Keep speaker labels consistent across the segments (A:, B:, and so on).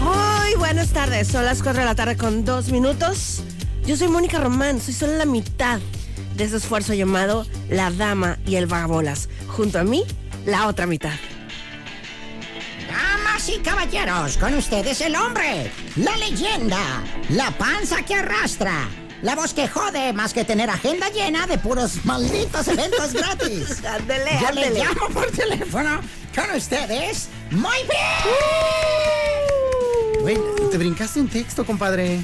A: Muy buenas tardes, son las 4 de la tarde con 2 minutos. Yo soy Mónica Román, soy solo la mitad de ese esfuerzo llamado La Dama y el Vagabolas. Junto a mí, la otra mitad.
B: Damas y caballeros, con ustedes el hombre, la leyenda, la panza que arrastra, la voz que jode más que tener agenda llena de puros malditos eventos gratis.
A: Ándele,
B: Yo le
A: ándele.
B: llamo por teléfono con ustedes. ¡Muy bien!
C: Güey, te brincaste un texto, compadre.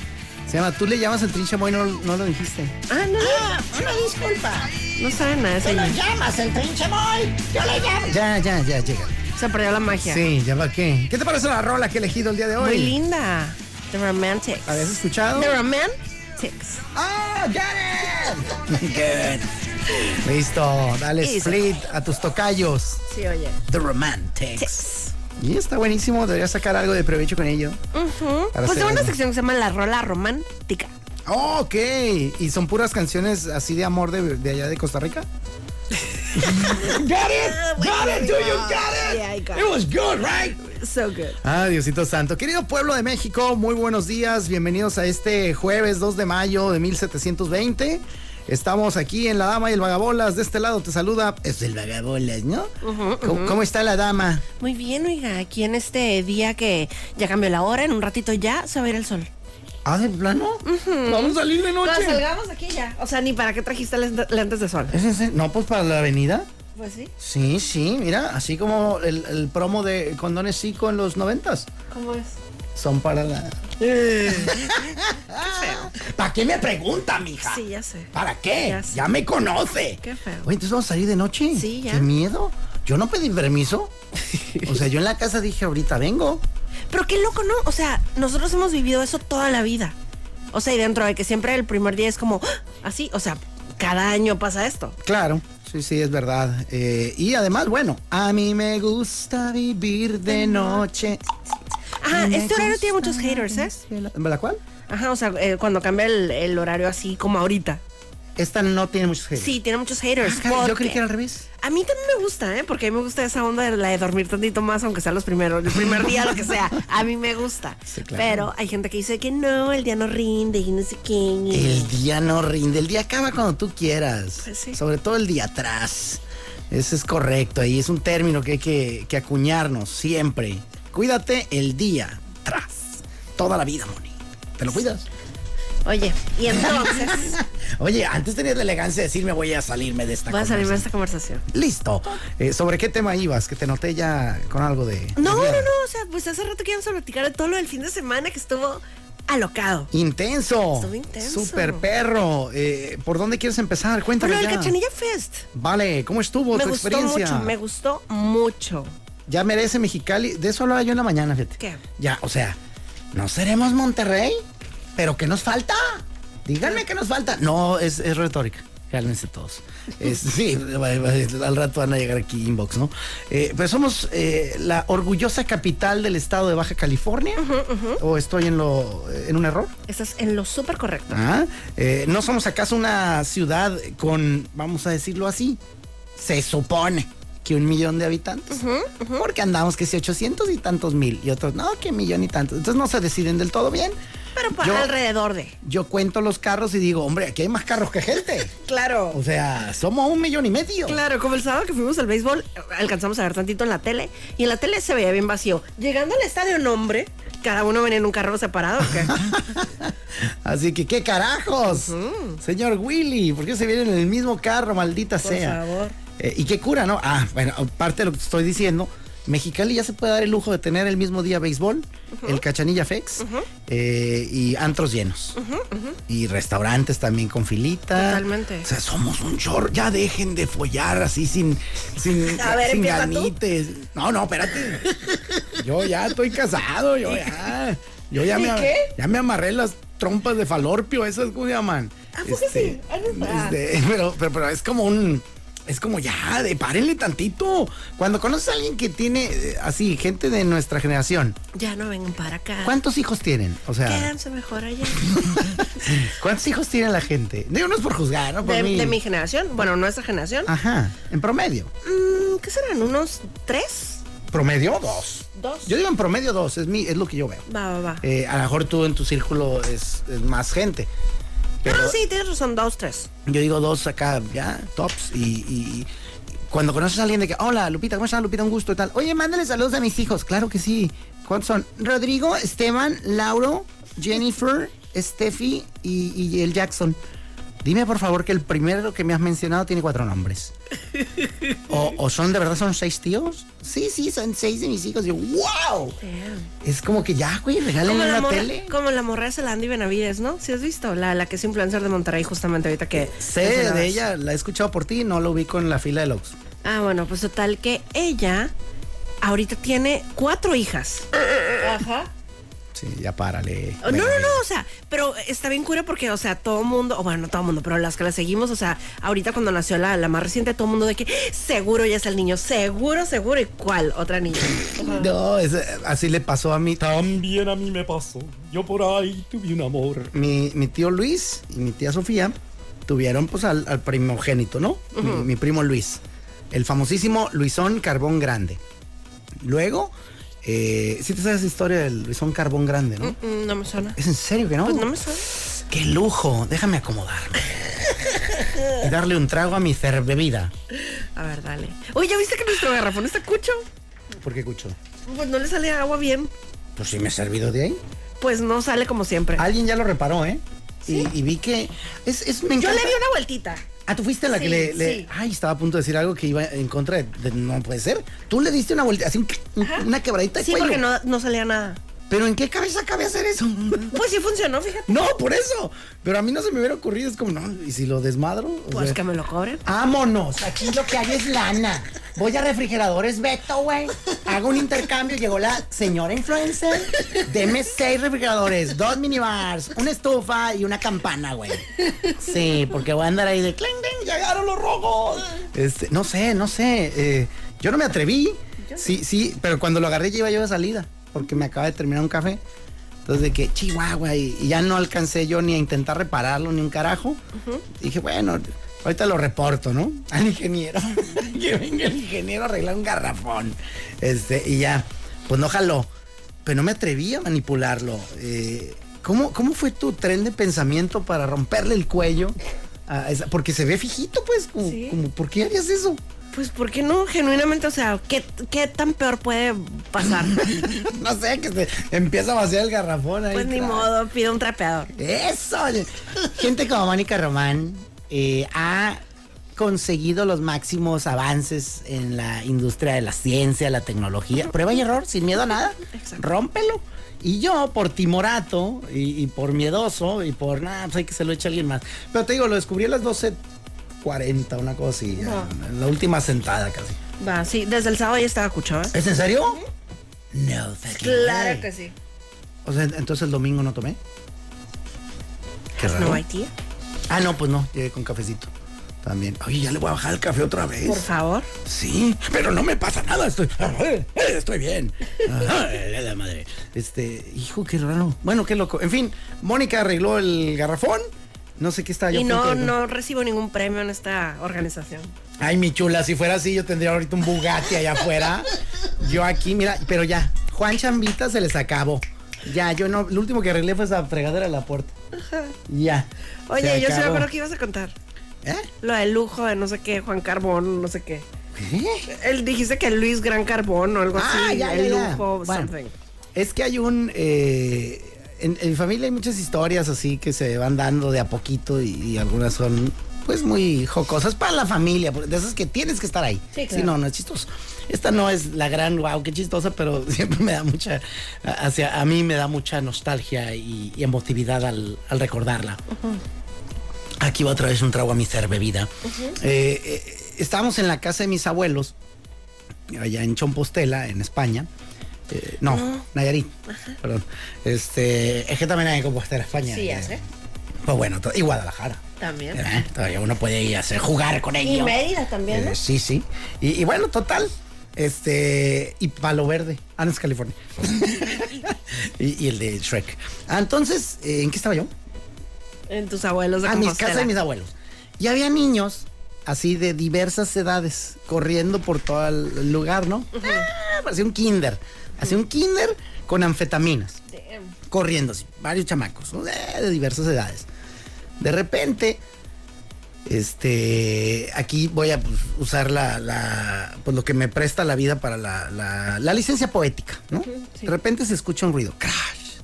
C: Se llama Tú le llamas al trinchamoy, no, no lo dijiste.
A: Ah, no,
B: Ah, una disculpa.
A: no sabe nada,
B: Tú lo
A: señor.
B: llamas el trinche boy. Yo le llamo.
C: Ya, ya, ya, llega.
A: Se perdió la magia.
C: Sí, ya va qué. ¿Qué te parece la rola que he elegido el día de hoy?
A: Muy linda. The Romantics.
C: ¿La habías escuchado?
A: The Romantics.
C: ¡Ah,
B: ¡Oh, Jared!
C: Listo, dale
A: Hizo.
C: split a tus tocayos.
A: Sí, oye.
B: The Romantics.
A: Tics.
C: Y está buenísimo, deberías sacar algo de provecho con ello.
A: Ujú.
C: Para
A: Pues
C: hacer
A: tengo una
C: algo.
A: sección que se llama La Rola Romántica.
C: Oh, Ok, ¿y son puras canciones así de amor de, de allá de Costa Rica?
B: Got it! Got it! Do you got it?
A: Yeah, I got
B: It was good, right?
A: So good.
C: Ah, Diosito Santo. Querido pueblo de México, muy buenos días. Bienvenidos a este jueves 2 de mayo de 1720. Estamos aquí en La Dama y el Vagabolas. De este lado te saluda. Es el Vagabolas, ¿no? ¿Cómo, cómo está la dama?
A: Muy bien, oiga, aquí en este día que ya cambió la hora, en un ratito ya se va a ir el sol.
C: ¿Ah, de plano? Vamos a salir de
A: Cuando
C: noche.
A: salgamos aquí ya. O sea, ni para qué trajiste lent- lentes de sol.
C: ¿Es en serio? No, pues para la avenida.
A: Pues sí.
C: Sí, sí, mira, así como el, el promo de condones Zico en los noventas.
A: ¿Cómo es?
C: Son para la.
B: ¿Para qué me pregunta, mija?
A: Sí, ya sé.
B: ¿Para qué?
A: Ya
B: Ya,
A: sé.
B: me conoce.
A: Qué feo.
C: Oye, entonces vamos a salir de noche.
A: Sí, ya.
C: Qué miedo. Yo no pedí permiso. O sea, yo en la casa dije, ahorita vengo.
A: Pero qué loco, ¿no? O sea, nosotros hemos vivido eso toda la vida. O sea, y dentro de que siempre el primer día es como ¡ah! así. O sea, cada año pasa esto.
C: Claro, sí, sí, es verdad. Eh, y además, bueno, a mí me gusta vivir de noche.
A: Ajá,
C: Me
A: este horario tiene
C: gusta
A: muchos haters, ¿eh?
C: vivir de- ¿La cual?
A: Ajá, o sea, eh, cuando cambia el, el horario así como ahorita.
C: Esta no tiene muchos haters.
A: Sí, tiene muchos haters.
C: Ah, caray, yo creí
A: porque-
C: que era al revés.
A: A mí también me gusta, ¿eh? Porque a mí me gusta esa onda de la de dormir tantito más, aunque sea los primeros, el primer día, lo que sea. A mí me gusta.
C: Sí, claro.
A: Pero hay gente que dice que no, el día no rinde y no sé qué. y-
C: El día no rinde, el día acaba cuando tú quieras.
A: Pues sí.
C: Sobre todo el día atrás. Ese es correcto, ahí es un término que hay que, que acuñarnos siempre. Cuídate el día atrás. Toda la vida, Moni. ¿Te lo cuidas?
A: Oye, y entonces
C: Oye, antes tenías la elegancia de decirme voy a salirme de esta
A: voy a salirme de
C: conversación".
A: esta conversación.
C: Listo. Eh, ¿Sobre qué tema ibas? Que te noté ya con algo de.
A: No, no,
C: de miedo.
A: no, o sea, pues hace rato que íbamos a platicar de todo lo del fin de semana que estuvo alocado.
C: Intenso.
A: Estuvo intenso.
C: Super perro. Eh, ¿Por dónde quieres empezar?
A: Pero
C: Cuéntame.
A: el
C: ya.
A: Cachanilla Fest.
C: Vale, ¿cómo estuvo
A: Me
C: tu
A: gustó
C: experiencia?
A: mucho, me gustó mucho.
C: Ya merece Mexicali. De eso hablaba yo en la mañana, fíjate.
A: ¿Qué?
C: Ya, o sea, no seremos Monterrey, pero ¿qué nos falta? Díganme qué nos falta. No, es, es retórica. Cálmense todos. Es- sí, al rato van a llegar aquí inbox, ¿no? Eh, pues somos eh, la orgullosa capital del estado de Baja California. ¿O estoy en, lo, en un error?
A: Estás en lo súper correcto.
C: Ah, eh, ¿No somos acaso una ciudad con, vamos a decirlo así, se supone que un millón de habitantes? Porque andamos que si 800 y tantos mil y otros, no, que millón y tantos. Entonces no se deciden del todo bien.
A: Pero pa-
C: Yo-
A: alrededor de.
C: Yo cuento los carros y digo, hombre, aquí hay más carros que gente.
A: Claro.
C: O sea, somos un millón y medio.
A: Claro, como el sábado que fuimos al béisbol, alcanzamos a ver tantito en la tele y en la tele se veía bien vacío. Llegando al estadio nombre, Cada uno venía en un carro separado. ¿o qué?
C: Así que, ¿qué carajos? Señor Willy, ¿por qué se vienen en el mismo carro, maldita
A: Por
C: sea?
A: favor.
C: Eh, ¿Y qué cura, no? Ah, bueno, aparte de lo que te estoy diciendo, Mexicali ya se puede dar el lujo de tener el mismo día béisbol, el Cachanilla Fex, eh, y antros llenos. Y restaurantes también con filita.
A: Totalmente.
C: O sea, somos un chorro. Ya dejen de follar así sin, sin,
A: A ver,
C: sin
A: empieza tú.
C: ganites. No, no, espérate. Yo ya estoy casado, yo ya. Yo ya
A: ¿Y
C: me,
A: qué?
C: ya me amarré las trompas de falorpio, esas ¿cómo se llaman.
A: ¿A poco sí? Ah, no, ah.
C: este, pero, pero, pero es como un. Es como ya, de párenle tantito. Cuando conoces a alguien que tiene eh, así, gente de nuestra generación,
A: Ya no vengan para acá.
C: ¿cuántos hijos tienen? O sea,
A: Quédense mejor allá.
C: ¿cuántos hijos tiene la gente? Digo, no es por juzgar, ¿no? Por
A: De,
C: mí. Ah.
A: de mi generación, bueno, nuestra generación.
C: Ajá, en promedio.
A: Mm, ¿Qué serán? ¿Unos tres?
C: ¿Promedio? Dos.
A: Dos.
C: Yo digo en promedio dos, es, mi, es lo que yo veo.
A: Va, va, va.
C: Eh, a lo mejor tú en tu círculo es, es más gente. Pero
A: Ah, sí, tienes razón, dos, tres.
C: yo digo dos acá, ya, tops. Y, y- y cuando conoces a alguien de que, hola, Lupita, ¿cómo estás, Lupita? Un gusto y tal. Oye, mándale saludos a mis hijos. Claro que sí. ¿Cuántos son? Rodrigo, Esteban, Lauro, Jennifer, Steffi y, y el Jackson. Dime, por favor, que el primero que me has mencionado tiene cuatro nombres. ¿O, o son de verdad son seis tíos? Sí, sí, son seis de mis hijos. Y yo, ¡wow! Es como que ya, güey,
A: Como
C: regálenme
A: la,
C: la
A: morra,
C: tele.
A: como la morra esa, la Andy Benavides, ¿no? Si has visto, la, la que es influencer de Monterrey justamente ahorita que...
C: Sé de ella, la he escuchado por ti, no lo ubico en la fila de los.
A: Ah, bueno, pues total que ella ahorita tiene cuatro hijas. Ajá.
C: Sí, ya párale.
A: Oh, No, no, no, o sea, pero está bien cura porque, o sea, todo mundo, o bueno, no todo mundo, pero las que la seguimos, o sea, ahorita cuando nació la, la más reciente, todo mundo de que seguro ya es el niño, seguro, seguro, ¿y cuál? Otra niña.
C: No, es- así le pasó a mi,
D: También a mí me pasó. Yo por ahí tuve un amor.
C: mi, mi tío Luis y mi tía Sofía. Tuvieron pues al, al primogénito, ¿no? mi, mi primo Luis. El famosísimo Luisón Carbón Grande. Luego, eh, sí te sabes la historia del Luisón Carbón Grande, ¿no?
A: Mm, No me suena.
C: ¿Es en serio que no?
A: Pues no me suena.
C: ¡Qué lujo! Déjame acomodarme. y darle un trago a mi bebida.
A: A ver, dale. Oye, ¿ya viste que nuestro garrafón está cucho?
C: ¿Por qué, Cucho?
A: Pues no le sale agua bien.
C: Pues sí me he servido de ahí.
A: Pues no sale como siempre.
C: Alguien ya lo reparó, ¿eh? Y, y vi que. Es, es, me
A: Yo le
C: encanta-
A: di una vueltita.
C: Ah, tú fuiste la
A: Sí,
C: que le, le-
A: sí.
C: Ay, estaba a punto de decir algo que iba en contra de. de- no puede ser. Tú le diste una vuelta, así un- un- una quebradita de
A: Sí,
C: cuello.
A: porque no, no salía nada.
C: Pero ¿en qué cabeza cabe hacer eso?
A: Pues sí funcionó, fíjate.
C: no, por eso. Pero a mí no se me hubiera ocurrido. Es como, no, ¿y si lo desmadro? O
A: Pues
C: sea,
A: que me lo cobren.
C: Vámonos, aquí lo que hay es lana. Voy a refrigeradores Beto, güey. Hago un intercambio. Llegó la señora influencer. Deme seis refrigeradores, dos minibars, una estufa y una campana, güey. Sí, porque voy a andar ahí de cling, cling, llegaron los rojos. Este, no sé, no sé. eh, yo no me atreví. Sí, sí, pero cuando lo agarré ya iba yo de salida, porque me acaba de terminar un café. Entonces de que Chihuahua y, y ya no alcancé yo ni a intentar repararlo ni un carajo. Dije, bueno, ahorita lo reporto, ¿no? Al ingeniero. que venga el ingeniero a arreglar un garrafón. Este, y ya, pues no jaló. Pero no me atreví a manipularlo. Eh, ¿cómo, ¿Cómo fue tu tren de pensamiento para romperle el cuello? a esa- porque se ve fijito, pues, como,
A: Sí.
C: como, ¿por qué harías eso?
A: Pues, ¿por qué no? Genuinamente, o sea, ¿qué, qué tan peor puede pasar?
C: no sé, que se empieza a vaciar el garrafón ahí.
A: Pues ni
C: Tras.
A: modo, pido un trapeador.
C: Eso. Gente como Mónica Román eh, ha conseguido los máximos avances en la industria de la ciencia, la tecnología. Prueba y error, sin miedo a nada.
A: Exacto.
C: Rómpelo. Y yo, por timorato y, y por miedoso y por nada, pues hay que se lo eche a alguien más. Pero te digo, lo descubrí a las 12.40, una cosa así. En la última sentada casi.
A: Va, sí, desde el sábado ya estaba cucho, ¿eh?
C: ¿Es en serio? No, fucking way.
A: sí.
C: O sea, entonces el domingo no tomé. Qué raro.
A: No hay tía.
C: Ah, no, pues no, llegué con cafecito. También. Oye, ya le voy a bajar el café otra vez.
A: Por favor.
C: Sí, pero no me pasa nada, estoy, eh, estoy bien. Ajá, eh, la madre. Este, hijo, qué raro. Bueno, qué loco. En fin, Mónica arregló el garrafón. No sé qué está Ah, yo.
A: Y
C: a
A: no,
C: punto de-
A: no recibo ningún premio en esta organización.
C: Ay, mi chula, si fuera así, yo tendría ahorita un Bugatti allá afuera. Yo aquí, mira, pero ya, Juan Chambita se les acabó. Ya, yo no, lo último que arreglé fue esa fregadera de la puerta. Ya.
A: Oye, yo sí me
C: creo
A: acuerdo que ibas a contar.
C: ¿Eh?
A: Lo del lujo de no sé qué, Juan Carbón, no sé qué.
C: ¿Qué?
A: Él dijiste que Luis Gran Carbón o algo
C: Ah,
A: así.
C: ya,
A: el
C: ya, ya.
A: lujo,
C: Bueno,
A: something.
C: Es que hay un. eh, en, en mi familia hay muchas historias así que se van dando de a poquito y, y algunas son, pues, muy jocosas para la familia. porque De esas que tienes que estar ahí.
A: Sí, claro.
C: Si no, no es chistoso. Esta no es la gran, wow, qué chistosa, pero siempre me da mucha. a- Hacia, a mí me da mucha nostalgia y, y emotividad al, al recordarla. Aquí va otra vez un trago a mi ser bebida. Eh, eh, estábamos en la casa de mis abuelos, allá en Chompostela, en España. Eh, no, Nayarit, perdón. Este, es que también hay en Compostela, España.
A: Sí, ya
C: Eh,
A: sé.
C: Pues bueno, to- y Guadalajara.
A: También.
C: Eh, todavía uno puede ir a hacer jugar con ellos.
A: Y Mérida también, ¿no?
C: Eh, sí, sí. Y, y bueno, total. Este. Y Palo Verde, Anas, California. y, y el de Shrek. Ah, Entonces, eh, ¿en qué estaba yo?
A: En tus abuelos de
C: A mis
A: Compostela.
C: casas de mis abuelos. Y había niños así de diversas edades corriendo por todo el lugar, ¿no? Ah, parecía un kinder. Hacía un kinder con anfetaminas. Corriendo así, varios chamacos, ¿no? Eh, de diversas edades. De repente, este, aquí voy a pues, usar la, la- pues, lo que me presta la vida para la, la- la licencia poética, ¿no? De repente se escucha un ruido, crash,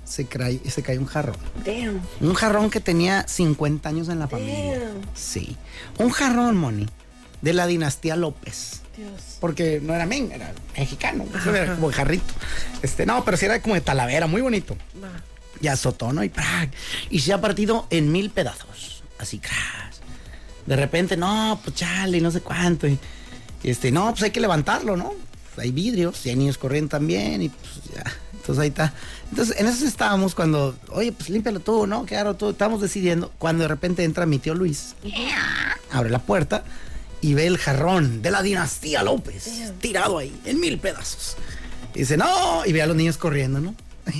C: se cae, se cae un jarrón.
A: Damn.
C: Un jarrón que tenía 50 años en la familia.
A: Damn.
C: Sí. Un jarrón, Moni, de la dinastía López.
A: Dios.
C: Porque no era men, era mexicano. pues, Era como jarrito. Este, no, pero sí era como de talavera, muy bonito. Y azotó, ¿no? Y ¡prac! Y se ha partido en mil pedazos. Así, crash. De repente, no, pues chale, no sé cuánto. Y, y este, no, pues hay que levantarlo, ¿no? Pues Hay vidrios, y hay niños corriendo también, y pues ya. Entonces ahí está. Entonces en eso estábamos cuando, oye, pues límpialo tú, ¿no? Claro, tú. Estamos decidiendo. Cuando de repente entra mi tío Luis, abre la puerta y ve el jarrón de la dinastía López tirado ahí, en mil pedazos. Y dice, no, y ve a los niños corriendo, ¿no?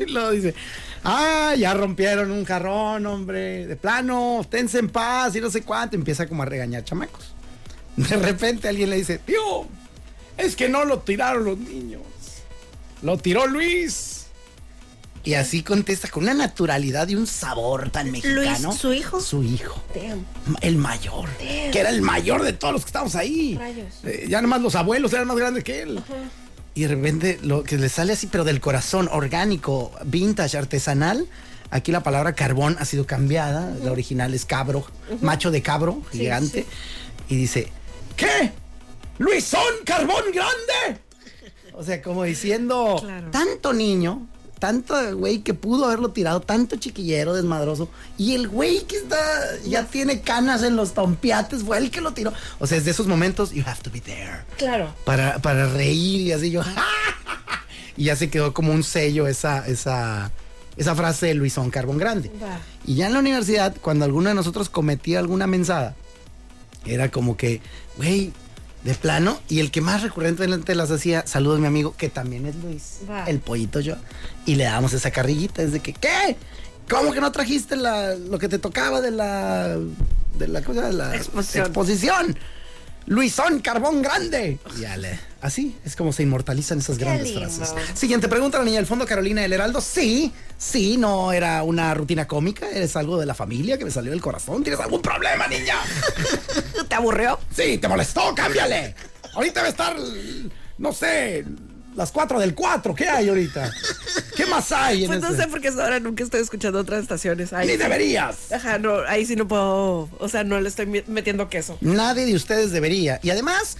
C: Y Luego dice, ah, ya rompieron un jarrón, hombre, de plano, tense en paz y no sé cuánto. Empieza como a regañar chamacos. De repente alguien le dice, tío, es que no lo tiraron los niños, lo tiró Luis. Y así contesta con una naturalidad y un sabor tan mexicano.
A: ¿su hijo?
C: Su hijo.
A: Damn.
C: El mayor. Que era el mayor de todos los que estábamos ahí.
A: Rayos.
C: Eh, ya nomás los abuelos eran más grandes que él. Y de repente lo que le sale así, pero del corazón, orgánico, vintage, artesanal. Aquí la palabra carbón ha sido cambiada. La original es cabro, macho de cabro, gigante. Y dice, ¿qué? ¡Luisón Carbón Grande! O sea, como diciendo,
A: Claro.
C: tanto niño, tanto güey que pudo haberlo tirado, tanto chiquillero desmadroso, y el güey que está, ya tiene canas en los tompiates, fue el que lo tiró. O sea, es de esos momentos, you have to be there.
A: Claro.
C: Para, para reír y así yo. y ya se quedó como un sello esa, esa, esa frase de Luisón Carbón Grande.
A: Va.
C: Y ya en la universidad, cuando alguno de nosotros cometía alguna mensada, era como que, güey, de plano. Y el que más recurrentemente las hacía, saludos mi amigo, que también es Luis,
A: Va.
C: el pollito yo. Y le dábamos esa carrillita, es de que, ¿qué? ¿Cómo que no trajiste la- lo que te tocaba de la, de la cosa, de la
A: Exposición.
C: exposición? Luisón Carbón Grande. Y Ya le. Así es como se inmortalizan esas grandes
A: lindo.
C: frases. Siguiente pregunta, la niña del fondo, Carolina del Heraldo. Sí, sí, no era una rutina cómica, eres algo de la familia que me salió del corazón. ¿Tienes algún problema, niña?
A: ¿Te aburrió?
C: Sí, te molestó, cámbiale. Ahorita va a estar, no sé, las 4 del 4. ¿Qué hay ahorita? ¿Qué más hay? en
A: Pues no
C: este?
A: sé porque ahora nunca estoy escuchando otras estaciones. Ahí
C: Ni
A: sí.
C: deberías.
A: Ajá, no, ahí sí no puedo. O sea, no le estoy mi- metiendo queso.
C: Nadie de ustedes debería. Y además,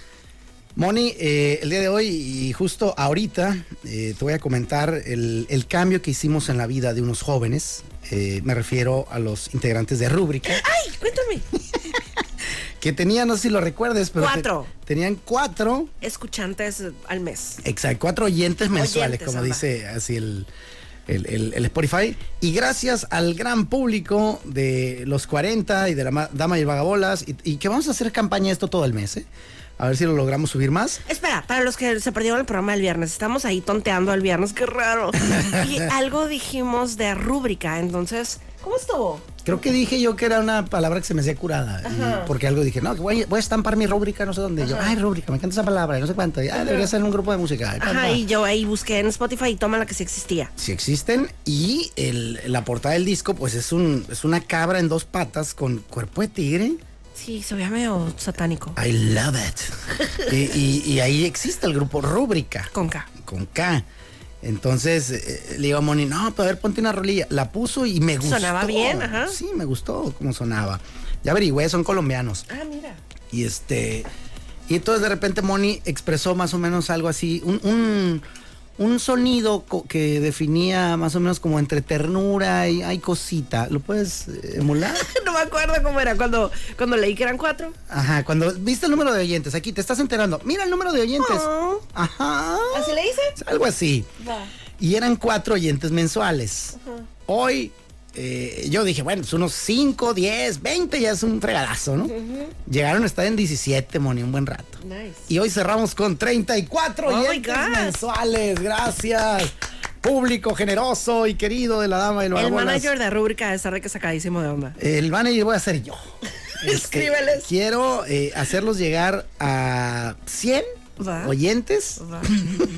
C: Moni, eh, el día de hoy y justo ahorita eh, te voy a comentar el, el cambio que hicimos en la vida de unos jóvenes. Eh, me refiero a los integrantes de Rúbrica,
A: ¡Ay! Cuéntame.
C: que tenían, no sé si lo recuerdes, pero te-
A: Cuatro.
C: tenían cuatro
A: Escuchantes al mes.
C: Exacto, cuatro oyentes mensuales,
A: Oyentes,
C: como
A: ajá.
C: dice así el, el- el- el Spotify. Y gracias al gran público de los 40 y de la ma- Dama y el Vagabolas, y, y que vamos a hacer campaña esto todo el mes, ¿eh? A ver si lo logramos subir más.
A: Espera, para los que se perdieron el programa del viernes, estamos ahí tonteando al viernes, qué raro. Y algo dijimos de rúbrica, entonces, ¿cómo estuvo?
C: Creo que dije yo que era una palabra que se me hacía curada, y- porque algo dije, no, que voy, voy a estampar mi rúbrica, no sé dónde. Y Yo, ay, rúbrica, me encanta esa palabra, y no sé cuánto. Y, "Ay, debería ser en un grupo de música. Y pa,
A: Ajá,
C: pa.
A: y yo ahí busqué en Spotify y toma la que sí existía.
C: si existen. Y el- la portada del disco, pues es, un, es una cabra en dos patas con cuerpo de tigre.
A: Sí, se veía medio satánico.
C: I love it. y, y- y ahí existe el grupo Rúbrica.
A: Con K.
C: Con K. Entonces eh, le digo a Moni, no, pues a ver, ponte una rolilla. La puso y me gustó.
A: Sonaba bien, ajá.
C: Sí, me gustó como sonaba. Ya averigüé, son colombianos.
A: Ah, mira.
C: Y este. Y entonces de repente Moni expresó más o menos algo así, un, un, un sonido co- que definía más o menos como entre ternura y hay cosita. ¿Lo puedes eh, emular?
A: No me acuerdo cómo era cuando, cuando leí que eran cuatro.
C: Ajá, cuando viste el número de oyentes, aquí te estás enterando. Mira el número de oyentes.
A: Oh.
C: Ajá.
A: ¿Así le dice?
C: Algo así.
A: Va.
C: Y eran cuatro oyentes mensuales. Hoy eh, yo dije, bueno, pues unos 5, 10, 20 ya es un fregadazo, ¿no? Llegaron a estar en 17, Moni, un buen rato.
A: Nice.
C: Y hoy cerramos con 34
A: Oh my
C: oyentes
A: God.
C: mensuales. Gracias. Público generoso y querido de la dama del
A: El
C: Vagabolas.
A: manager de rúbrica está re que sacadísimo de onda.
C: El manager voy a ser yo. Este,
A: Escríbeles.
C: Quiero eh, hacerlos llegar a 100
A: Va.
C: oyentes.
A: Va.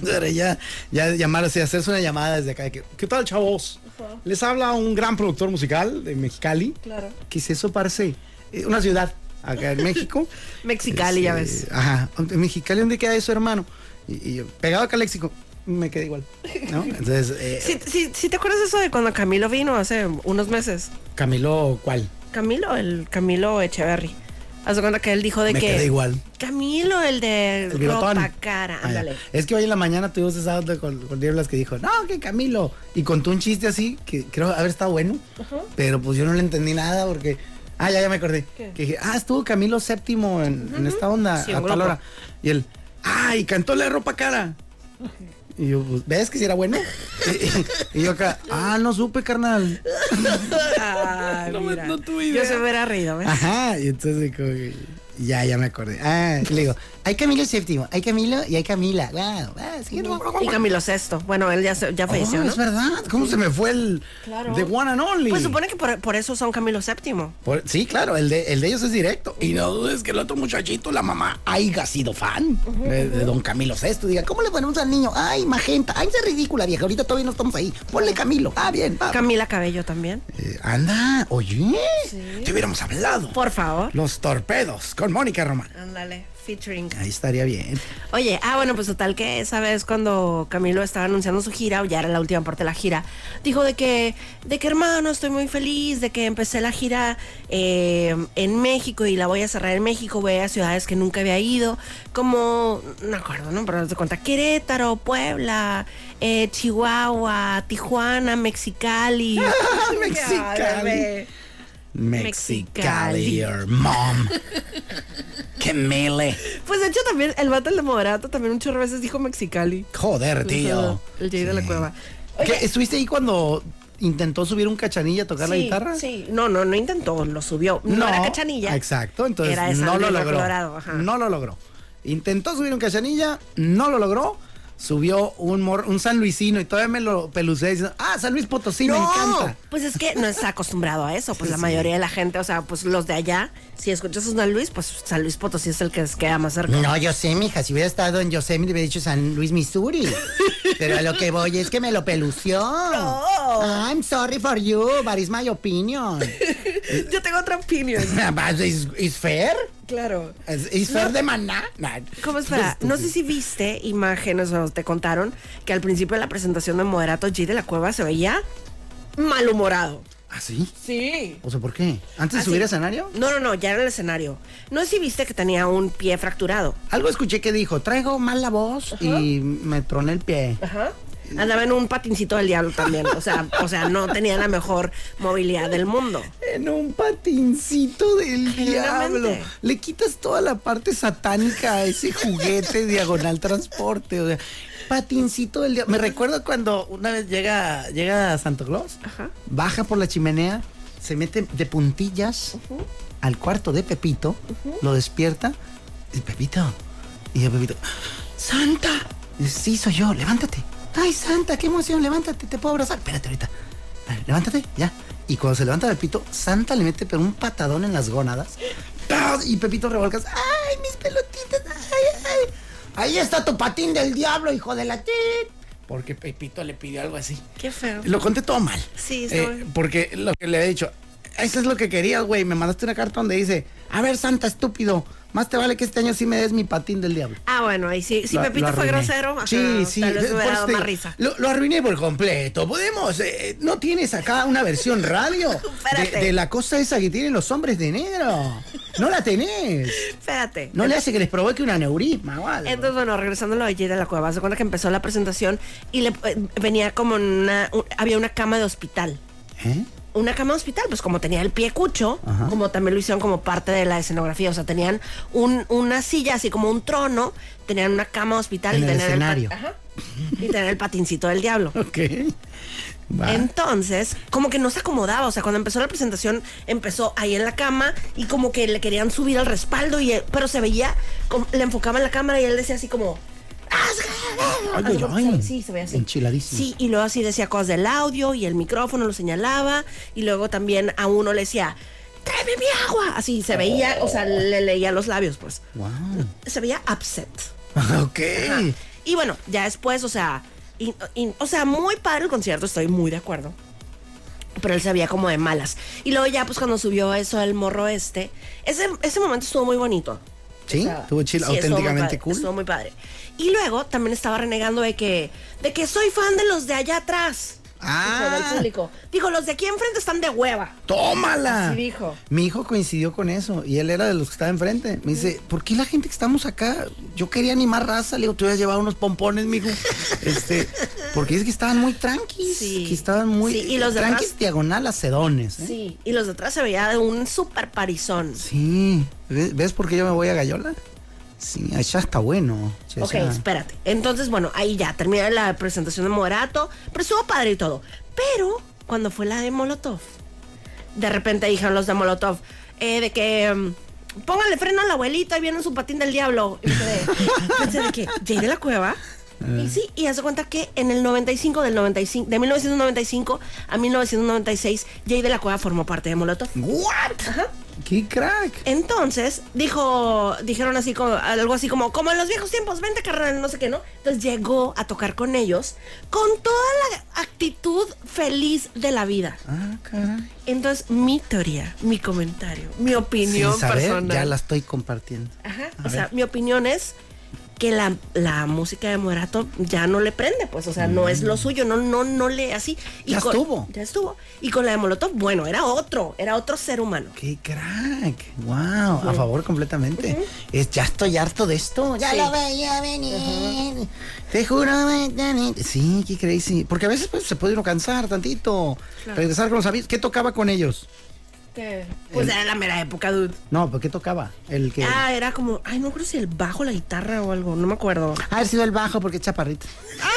C: Pero ya, ya llamar así, hacerse una llamada desde acá. de que, ¿Qué tal, chavos? Les habla un gran productor musical de Mexicali.
A: Claro.
C: ¿Qué es eso, parce? Eh, una ciudad acá en México.
A: Mexicali, ya
C: Este,
A: ves.
C: Ajá. ¿En Mexicali dónde queda eso, hermano? Y, y yo, pegado acá al léxico, me quedé igual. ¿no? Entonces, eh,
A: Si te acuerdas eso de cuando Camilo vino hace unos meses?
C: Camilo, ¿cuál?
A: Camilo, el Camilo Echeverry. Haz de cuenta que él dijo de
C: Me
A: que.
C: quedé igual.
A: Camilo, el de
C: El bigotón.
A: ropa cara.
C: Ah, ya.
A: Ándale.
C: es que hoy en la mañana tuvimos esa onda con, con Nieblas que dijo, no, que Camilo. Y contó un chiste así, que creo haber estado bueno, pero pues yo no le entendí nada porque... Ah, ya, ya me acordé.
A: ¿Qué?
C: Que dije, ah, estuvo Camilo séptimo en, en esta onda
A: Sí,
C: a
A: un
C: tal
A: grupo.
C: hora. Y él, ah, y cantó la de ropa cara. Y yo, pues, ¿ves que si era bueno? y, y yo acá, ah, no supe, carnal.
A: Ay,
C: No me-
A: mira.
C: no tuve
A: Yo
C: idea. Ah.
A: se hubiera reído, ¿ves?
C: Ajá, y entonces como que, ya, ya me acordé. Ah, y le digo, hay Camilo séptimo, hay Camilo y hay Camila. Wow, wow, sí,
A: Y Camilo Sexto. Bueno, él ya, se- ya falleció,
C: Oh,
A: ¿no?
C: Es verdad, ¿cómo se me fue el
A: Claro.
C: de One and Only?
A: Pues supone que por, por eso son Camilo Séptimo.
C: Por- sí, claro, el de, el de ellos es directo. Y no dudes que el otro muchachito, la mamá, haya sido fan de, de don Camilo Sesto. Diga, ¿cómo le ponemos al niño? Ay, magenta, ay, es ridícula, vieja. Ahorita todavía no estamos ahí. Ponle Camilo. Ah, bien, va.
A: Camila Cabello también.
C: Eh, anda, oye, te hubiéramos hablado.
A: Por favor.
C: Los torpedos con Mónica Román.
A: Ándale, featuring.
C: Ahí estaría bien.
A: Oye, ah, bueno, pues total que esa vez cuando Camilo estaba anunciando su gira, o ya era la última parte de la gira, dijo de que, de que hermano, estoy muy feliz, de que empecé la gira eh, en México y la voy a cerrar en México, voy a ciudades que nunca había ido, como, no me acuerdo, ¿no? Pero te cuenta, Querétaro, Puebla, eh, Chihuahua, Tijuana, Mexicali.
C: Mexicali.
A: Mexicali.
C: Mexicali, your mom. Qué mele.
A: Pues de hecho también el vato el de Moderato también un chorro de veces dijo Mexicali.
C: Joder, tío.
A: El Jay de la Cueva.
C: ¿Qué, ¿Estuviste ahí cuando intentó subir un cachanilla a tocar la
A: Sí,
C: guitarra?
A: Sí, no, no, no intentó, lo subió. No, era cachanilla.
C: Exacto, entonces
A: Era de San
C: no lo
A: Diego,
C: logró.
A: Colorado, ajá.
C: No lo logró. Intentó subir un cachanilla, no lo logró. Subió un, mor- un San Luisino y todavía me lo pelucé diciendo, ah, San Luis Potosí, me encanta.
A: pues es que no está acostumbrado a eso, pues la
C: Sí.
A: mayoría de la gente, o sea, pues los de allá, si escuchas a San Luis, pues San Luis Potosí es el que les queda más cerca.
C: No, yo sé, mija, si hubiera estado en Yosemite hubiera dicho San Luis, Missouri. Pero a lo que voy es que me lo pelució. I'm sorry for you, but it's my opinion.
A: Yo tengo otra opinión.
C: But is, is fair?
A: Claro.
C: Is, is fair de maná? Nah.
A: ¿Cómo espera?
C: Pues,
A: No sé si viste imágenes o te contaron que al principio de la presentación de Moderato G de la Cueva se veía malhumorado.
C: ¿Ah, sí?
A: Sí.
C: O sea, ¿por qué? ¿Antes de
A: Así.
C: subir al escenario?
A: ¿Ah, No, no, no, ya era el escenario. No sé si viste que tenía un pie fracturado.
C: Algo escuché que dijo, traigo mala voz y me troné el pie.
A: Ajá. Andaba en un patincito del diablo también. O sea, o sea, no tenía la mejor movilidad del mundo.
C: En un patincito del
A: Generalmente.
C: diablo. Le quitas toda la parte satánica a ese juguete diagonal transporte. O sea, patincito del diablo. Me recuerdo cuando una vez llega, llega a Santo Claus,
A: Ajá.
C: baja por la chimenea, se mete de puntillas al cuarto de Pepito, lo despierta. Y Pepito. Y yo, Pepito, ¡Santa! Y dice, sí, soy yo, levántate. ¡Ay, Santa, qué emoción! Levántate, te puedo abrazar. Espérate ahorita. A ver, Levántate, ya. Y cuando se levanta Pepito, Santa le mete pero un patadón en las gónadas. ¡Tas! Y Pepito revolcas. ¡Ay, mis pelotitas! ¡Ay, ay! Ahí está tu patín del diablo, hijo de la tit. Porque Pepito le pidió algo así.
A: Qué feo.
C: Lo conté todo mal.
A: Sí, está
C: eh,
A: bien.
C: Porque lo que le he dicho, eso es lo que querías, güey. Me mandaste una carta donde dice, a ver, Santa estúpido, Más te vale que este año sí me des mi patín del diablo.
A: Ah, bueno, ahí sí. Si
C: Lo-
A: Pepito
C: lo
A: fue
C: arruiné.
A: grosero, ajá,
C: sí, sí,
A: tal vez
C: por
A: hubiera
C: eso
A: dado
C: te
A: más
C: digo,
A: risa.
C: Lo, lo arruiné por completo. Podemos, eh, no tienes acá una versión radio de,
A: Espérate.
C: de la cosa esa que tienen los hombres de negro. No la tenés.
A: Espérate.
C: No le hace que les provoque un aneurisma o algo.
A: Entonces, bueno, regresando a lo de Jade de la Cueva, se cuenta que empezó la presentación y le eh, venía como en una. un- había una cama de hospital.
C: ¿Eh?
A: Una cama de hospital, pues como tenía el pie cucho, como también lo hicieron como parte de la escenografía. O sea, tenían un- una silla, así como un trono, tenían una cama de hospital
C: En
A: y
C: el
A: tenían pa-
C: escenario.
A: ajá, y tenían el patincito del diablo.
C: Ok. Va.
A: Entonces, como que no se acomodaba, o sea, cuando empezó la presentación, empezó ahí en la cama y como que le querían subir al respaldo, y él- pero se veía, como- le enfocaban la cámara y él decía así como...
C: Ay,
A: Así
C: ay,
A: como-
C: ay.
A: sí, se veía así.
C: Enchiladísimo.
A: Sí, y luego así decía cosas del audio y el micrófono lo señalaba y luego también a uno le decía, tráeme mi agua. Así se veía, o sea, le leía los labios, pues.
C: Wow.
A: Se veía upset.
C: Ok.
A: Y bueno, ya después, o sea, in- in- o sea, muy padre el concierto, estoy muy de acuerdo. Pero él se veía como de malas. Y luego ya, pues cuando subió eso el morro este, ese, ese momento estuvo muy bonito.
C: Sí,
A: O sea,
C: estuvo chill,
A: sí, estuvo muy
C: auténticamente
A: padre,
C: cool.
A: Estuvo muy padre. Y luego también estaba renegando de que, de que soy fan de los de allá atrás.
C: Ah.
A: Dijo, del público. Dijo, los de aquí enfrente están de hueva.
C: ¡Tómala!
A: Así dijo.
C: Mi hijo coincidió con eso y él era de los que estaba enfrente. Me dice, ¿por qué la gente que estamos acá? Yo quería animar raza. Le digo, te hubieras llevado unos pompones, mijo. Este, porque es que estaban muy tranquis.
A: Sí.
C: Que estaban muy.
A: Sí, y los de
C: tranquis
A: atrás-
C: diagonal acedones. ¿eh?
A: Sí. Y los de atrás se veía de un super parizón.
C: Sí. ¿Ves, ves por qué yo me voy a Gallola? Sí, allá está bueno. Sí,
A: Ok,
C: allá.
A: espérate. Entonces, bueno, ahí ya termina la presentación de Morato, pero estuvo padre y todo. Pero cuando fue la de Molotov, de repente dijeron los de Molotov, eh, de que mm, póngale freno al abuelito, ahí viene su patín del diablo. Y me quedé, pensé de que llegué a la cueva.
C: Eh.
A: Y sí, y hace cuenta que en el 95 del 95, de 1995 a 1996, Jay de la Cueva formó parte de Molotov.
C: ¿What? ¡Qué crack!
A: Entonces, dijo, dijeron así como, algo así como, como en los viejos tiempos, vente carnal, no sé qué, ¿no? Entonces llegó a tocar con ellos con toda la actitud feliz de la vida.
C: Ah, caray.
A: Entonces, mi teoría, mi comentario, mi
C: Sin
A: opinión
C: saber,
A: personal.
C: ya la estoy compartiendo.
A: Ajá,
C: A
A: o sea,
C: ver.
A: mi opinión es que la, la música de Morato ya no le prende, pues, o sea, no es lo suyo, no, no, no le así.
C: Mm. Ya
A: con-
C: estuvo.
A: Ya estuvo. Y con la de Molotov, bueno, era otro, era otro ser humano.
C: ¡Qué crack! ¡Wow! A favor completamente. Es, ya estoy harto de esto. Ya
B: Sí.
C: lo veía venir. Te juro. venir. Sí, qué crazy. Porque a veces pues, se puede uno cansar tantito. Regresar con los amigos. ¿Qué tocaba con ellos?
A: Pues era la mera época, dude.
C: No, pero ¿qué tocaba? El que.
A: Ah, era como, ay, no creo si el bajo, la guitarra o algo, no me acuerdo.
C: Ha haber sido el bajo porque es chaparrito.
B: ¡Ah,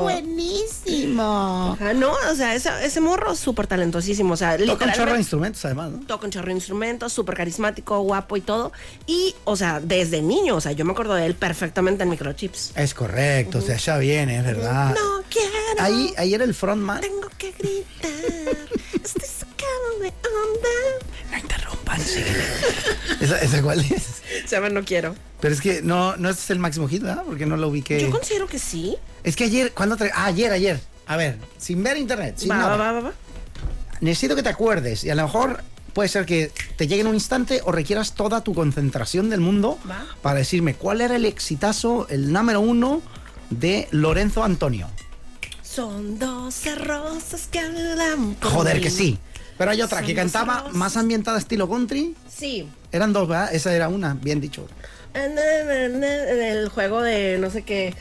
B: buenísimo!
A: Ajá, no, o sea, ese, ese morro es súper talentosísimo, o sea,
C: Toca un chorro de
A: literalmente
C: instrumentos además, ¿no?
A: toca un chorro de instrumentos, súper carismático, guapo y todo. Y, o sea, desde niño, o sea, yo me acuerdo de él perfectamente en microchips.
C: Es correcto, o sea, ya viene, es verdad.
A: No quiero,
C: Ah, Ahí, ahí era el frontman.
A: tengo que gritar, estoy sacado de onda.
C: No interrumpan, síguele. ¿Esa, ¿Esa cuál es?
A: Se llama No Quiero.
C: Pero es que no, no es el máximo hit, ¿verdad? Porque no lo ubiqué.
A: Yo considero que sí.
C: Es que ayer, ¿cuándo tra- Ah, ayer, ayer. A ver, sin ver internet, sin
A: va,
C: nada.
A: va, va, va, va.
C: Necesito que te acuerdes y a lo mejor puede ser que te llegue en un instante o requieras toda tu concentración del mundo
A: Va.
C: para decirme cuál era el exitazo, el número uno de Lorenzo Antonio.
A: Son dos rosas que hablan. por
C: Joder,
A: mí.
C: que sí. Pero hay otra que
A: Son
C: cantaba
A: rosas.
C: más ambientada estilo country.
A: Sí.
C: Eran dos, ¿verdad? Esa era una, bien dicho.
A: El juego de no sé qué.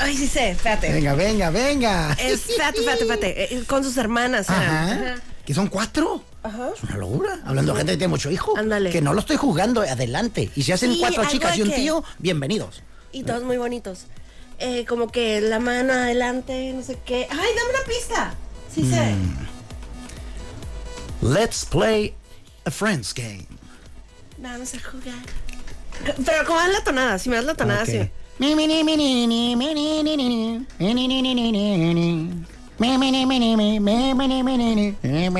A: Ay, sí sé, espérate.
C: Venga, venga, venga.
A: Es- Espérate, espérate, espérate. Eh, Con sus hermanas. era.
C: Ajá. Que son cuatro. Es una locura. Hablando de gente que tiene mucho hijo.
A: Ándale.
C: Que no lo estoy juzgando, eh, adelante. Y si hacen
A: Sí,
C: cuatro
A: algo
C: chicas
A: de
C: y un
A: que-
C: tío, bienvenidos.
A: Y todos muy bonitos. Eh, como que la mano adelante, no sé qué. Ay, dame una pista. Sí sé.
C: Mm. Let's play a Friends game.
A: Vamos a jugar. Pero como es la tonada, si me das la tonada,
C: Ok.
A: sí.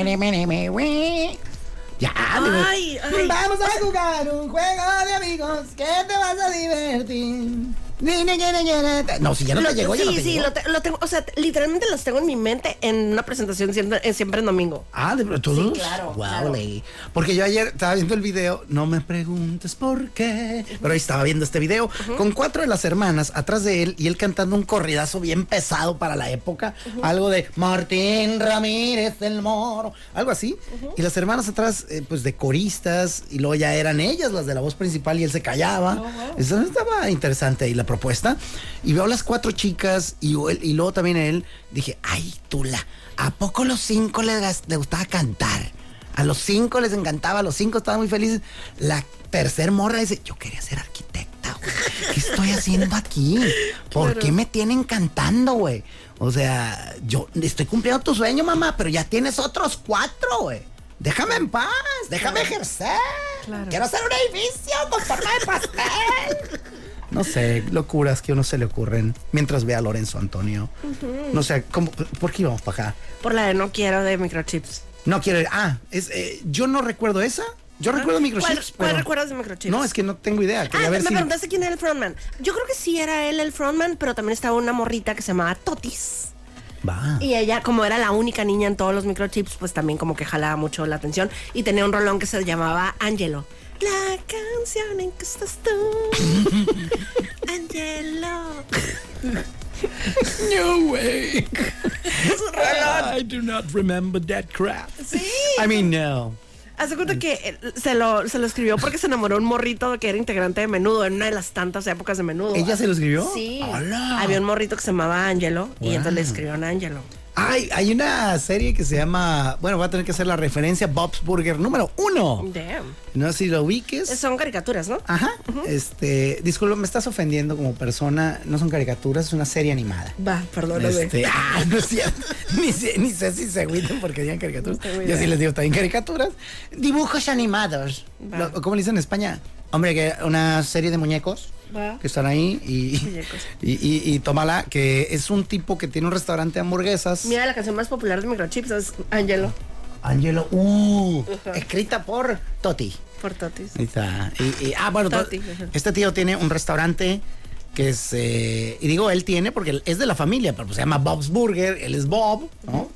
C: Ya,
A: Ay,
C: Ah, digo,
A: ay.
C: Vamos a jugar un juego de amigos que te vas a divertir. No, si ya no
A: Lo-
C: te llegó, ya
A: sí,
C: no te
A: sí,
C: llegó.
A: lo, te- lo tengo. O sea, literalmente los tengo en mi mente en una presentación siempre, eh, siempre en domingo.
C: Ah, ¿de todos?
A: claro,
C: Wow,
A: claro.
C: ley. Porque yo ayer estaba viendo el video, no me preguntes por qué, pero ahí estaba viendo este video con cuatro de las hermanas atrás de él y él cantando un corridazo bien pesado para la época, algo de Martín Ramírez del Moro, algo así. Y las hermanas atrás, eh, pues de coristas, y luego ya eran ellas las de la voz principal y él se callaba.
A: Oh,
C: Eso estaba interesante ahí la propuesta. Y veo a las cuatro chicas y, él- y luego también él, dije, ay, Tula. ¿A poco los cinco les, gas- les gustaba cantar? A los cinco les encantaba, a los cinco estaban muy felices. La tercer morra dice, yo quería ser arquitecta, güey. ¿Qué estoy haciendo aquí? ¿Por qué me tienen cantando, güey? O sea, yo estoy cumpliendo tu sueño, mamá, pero ya tienes otros cuatro, güey. Déjame en paz, déjame ejercer. Quiero hacer un edificio con forma de pastel. No sé, locuras que a uno se le ocurren mientras ve a Lorenzo Antonio. No sé, ¿cómo- ¿por qué íbamos para acá?
A: Por la de no quiero de microchips.
C: No quiero ir. Ah, es, eh, yo no recuerdo esa. Yo recuerdo microchips.
A: Ah, ¿Cuál- cuál
C: pero-
A: recuerdas de Microchips?
C: No, es que no tengo idea. Quería
A: Ah,
C: ver
A: me
C: si-
A: preguntaste quién era el frontman. Yo creo que sí era él el frontman, pero también estaba una morrita que se llamaba Totis.
C: Va.
A: Y ella, como era la única niña en todos los microchips, pues también como que jalaba mucho la atención. Y tenía un rolón que se llamaba Angelo. La canción en que estás tú. Angelo.
C: No way.
D: I do not remember that crap.
A: Sí.
C: I mean, no.
A: Hace cuenta que eh, se lo, se lo escribió porque se enamoró un morrito que era integrante de Menudo en una de las tantas épocas de Menudo.
C: ¿Ella se lo escribió?
A: Sí.
C: Hola.
A: Había un morrito que se llamaba Angelo y entonces le escribieron a Angelo.
C: Ay, hay una serie que se llama. Bueno, va a tener que hacer la referencia Bob's Burger número uno.
A: Damn.
C: No sé si lo ubiques.
A: Eh, Son caricaturas, ¿no?
C: Ajá. Este. Disculpa, me estás ofendiendo como persona. No son caricaturas, es una serie animada.
A: Va, perdóname.
C: Este, ah, no es cierto. Ni, sé- ni sé si se agüitan porque digan caricaturas.
A: tengo
C: Yo
A: idea.
C: sí les digo también caricaturas. Dibujos animados.
A: Va.
C: Lo- ¿Cómo le dicen en España? Hombre, que una serie de muñecos
A: Va.
C: que están ahí y,
A: Muñecos.
C: y, y- y tómala, que es un tipo que tiene un restaurante de hamburguesas.
A: Mira, la canción más popular de microchips es Angelo.
C: Angelo, uh, escrita por Toti.
A: Por Totis.
C: Ahí está. Y- y- ah, bueno, to-
A: Toti, ajá.
C: este tío tiene un restaurante que es, eh, y digo él tiene porque es de la familia, pero pues se llama Bob's Burger, él es Bob, ¿no?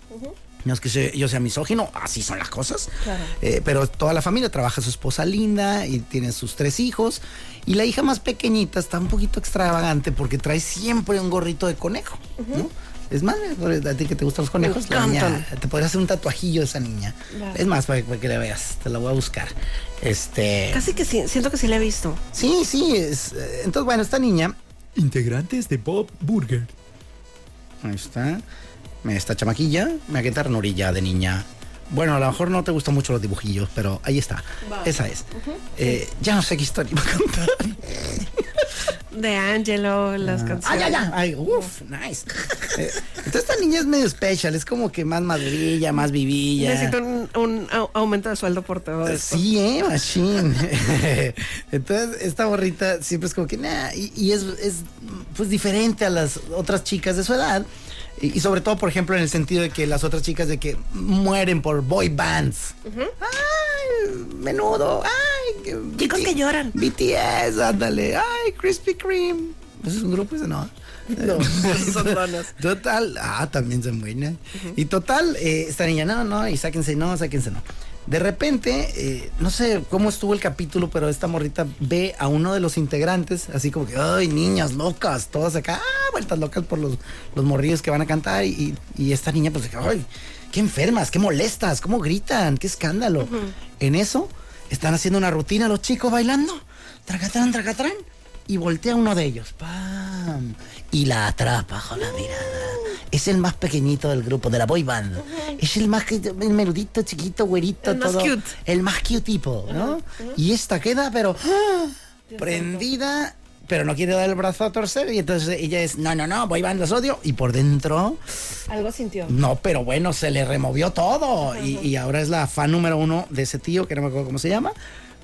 C: No es que se- yo sea misógino, así son las cosas. Eh, pero toda la familia trabaja su esposa Linda y tiene sus tres hijos. Y la hija más pequeñita está un poquito extravagante porque trae siempre un gorrito de conejo. ¿no? Es más, pues, a ti que te gustan los conejos, la niña,
A: encantan.
C: te podría hacer un tatuajillo de esa niña. Es más, para, para que la veas, te la voy a buscar. Este.
A: Casi que sí, siento que sí la he visto.
C: Sí, sí. es, eh, entonces, bueno, esta niña.
D: Integrantes de Bob Burger.
C: Ahí está. Esta chamaquilla. Me qué ternurilla de niña. Bueno, a lo mejor no te gustan mucho los dibujillos, pero ahí está. Esa es. Eh, ya no sé qué historia iba a contar.
A: De Angelo, las canciones.
C: Ah, ya, ya. Ay, uf, nice. Eh, entonces, esta niña es medio especial. Es como que más madurilla, más vivilla.
A: Necesito un, un au- aumento de sueldo por todo esto.
C: Sí, eh, machine. Entonces, esta borrita siempre es como que, nah, y, y es, es, pues diferente a las otras chicas de su edad. Y, y sobre todo, por ejemplo, en el sentido de que las otras chicas de que mueren por boy bands. Ay, menudo. Ay, que-
A: Chicos que lloran.
C: BTS, ándale. Ay, Krispy Kreme. ¿Eso es un grupo ese? No. No,
A: son donas.
C: Total, ah, también son buenas. Y total, eh, esta niña, no, no, y sáquense, no, sáquense, no. De repente, eh, no sé cómo estuvo el capítulo, pero esta morrita ve a uno de los integrantes, así como que, ay, niñas locas, todas acá, ah, vueltas locas por los, los morrillos que van a cantar. Y, y esta niña, pues, de que, ay, qué enfermas, qué molestas, cómo gritan, qué escándalo. En eso, están haciendo una rutina los chicos bailando, tracatrán, tracatrán y voltea uno de ellos. ¡Pam! Y la atrapa con la mirada. Es el más pequeñito del grupo, de la boy band. Es el más que- el menudito, chiquito, güerito,
A: El más
C: todo.
A: cute.
C: El más cute tipo, ¿no? Y esta queda, pero ¡ah! prendida, pero no quiere dar el brazo a torcer. Y entonces ella es, no, no, no, boy band los odio. Y por dentro,
A: Algo sintió.
C: no, pero bueno, se le removió todo. Y, y ahora es la fan número uno de ese tío, que no me acuerdo cómo se llama.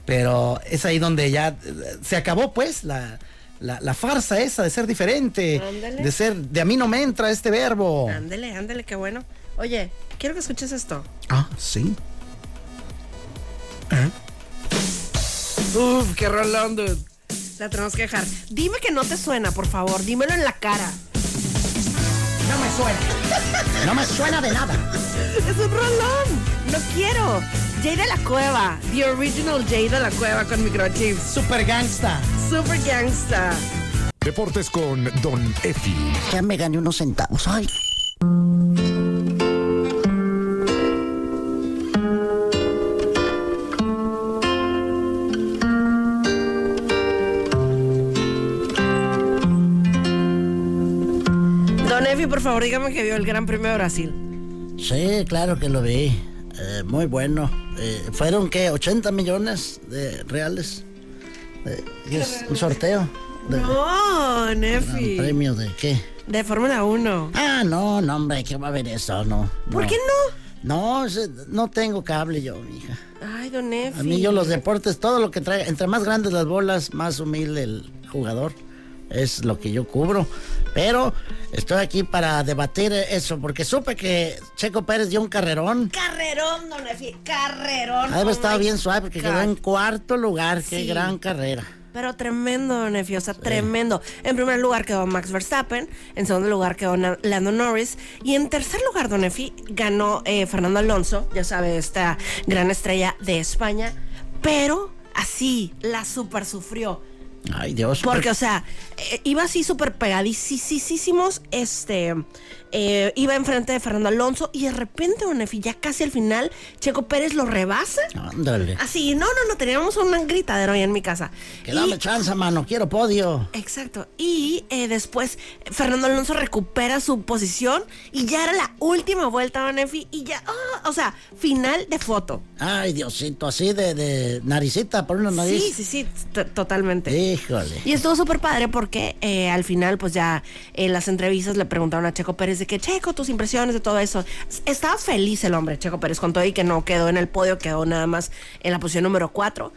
C: Pero es ahí donde ya eh, se acabó, pues, la, la- la farsa esa de ser diferente.
A: Ándale.
C: De ser, de a mí no me entra este verbo.
A: Ándele, ándele, qué bueno. Oye, quiero que escuches esto.
C: Ah, sí.
A: ¿Eh?
C: Uf, qué rolando.
A: La tenemos que dejar. Dime que no te suena, por favor. Dímelo en la cara.
B: No me suena. No me suena de nada.
A: Es un rolón. No quiero. Jay de la Cueva. The original Jay de la Cueva con microchips.
C: Super gangsta.
A: Super gangsta.
E: Deportes con Don Efi.
B: Ya me gané unos centavos. Ay.
A: Don Evi, por favor, dígame que vio el Gran Premio de Brasil.
C: Sí, claro que lo vi. Eh, muy bueno. Eh, ¿Fueron qué? ¿80 millones de reales? Eh, y es un sorteo. De,
A: No,
C: un
A: Nefi.
C: ¿Premio de qué?
A: De Fórmula 1.
C: Ah, no, no, hombre, ¿qué va a haber eso? No.
A: ¿Por qué no?
C: No, se- no tengo cable yo, mija.
A: Ay, Don Nefi.
C: A mí yo los deportes, todo lo que trae, entre más grandes las bolas, más humilde el jugador, es lo que yo cubro. Pero estoy aquí para debatir eso, porque supe que Checo Pérez dio un carrerón.
A: Carrerón, Don Efi. Carrerón.
C: Ahí
A: Oh
C: estaba
A: my
C: Ah, bien suave, porque
A: God.
C: quedó en cuarto lugar. Qué
A: Sí.
C: gran carrera.
A: Pero tremendo, Don Efi, o sea, tremendo. En primer lugar quedó Max Verstappen, en segundo lugar quedó Na- Lando Norris y en tercer lugar, Don Efi, ganó eh, Fernando Alonso, ya sabe, esta gran estrella de España, pero así la super sufrió.
C: Ay, Dios.
A: Porque, o sea, eh, iba así súper pegadísimos. Este, eh, iba enfrente de Fernando Alonso y de repente, Don Efi, ya casi al final, Checo Pérez lo rebasa.
C: Ándale.
A: Así, no, no, no, teníamos un gritadero ahí en mi casa.
C: Ah. Que
A: Y-
C: dame chance, mano. Quiero podio.
A: Exacto. Y eh, después Fernando Alonso recupera su posición y ya era la última vuelta, Don Efi, y ya, ah, o sea, final de foto.
C: Ay, Diosito, así de, de naricita por una nariz.
A: Sí, sí, sí, t- totalmente.
C: Híjole.
A: Y estuvo súper padre porque eh, al final, pues ya en las entrevistas le preguntaron a Checo Pérez de que, Checo, tus impresiones de todo eso. S- Estaba feliz el hombre, Checo Pérez, con todo y que no quedó en el podio, quedó nada más en la posición número 4.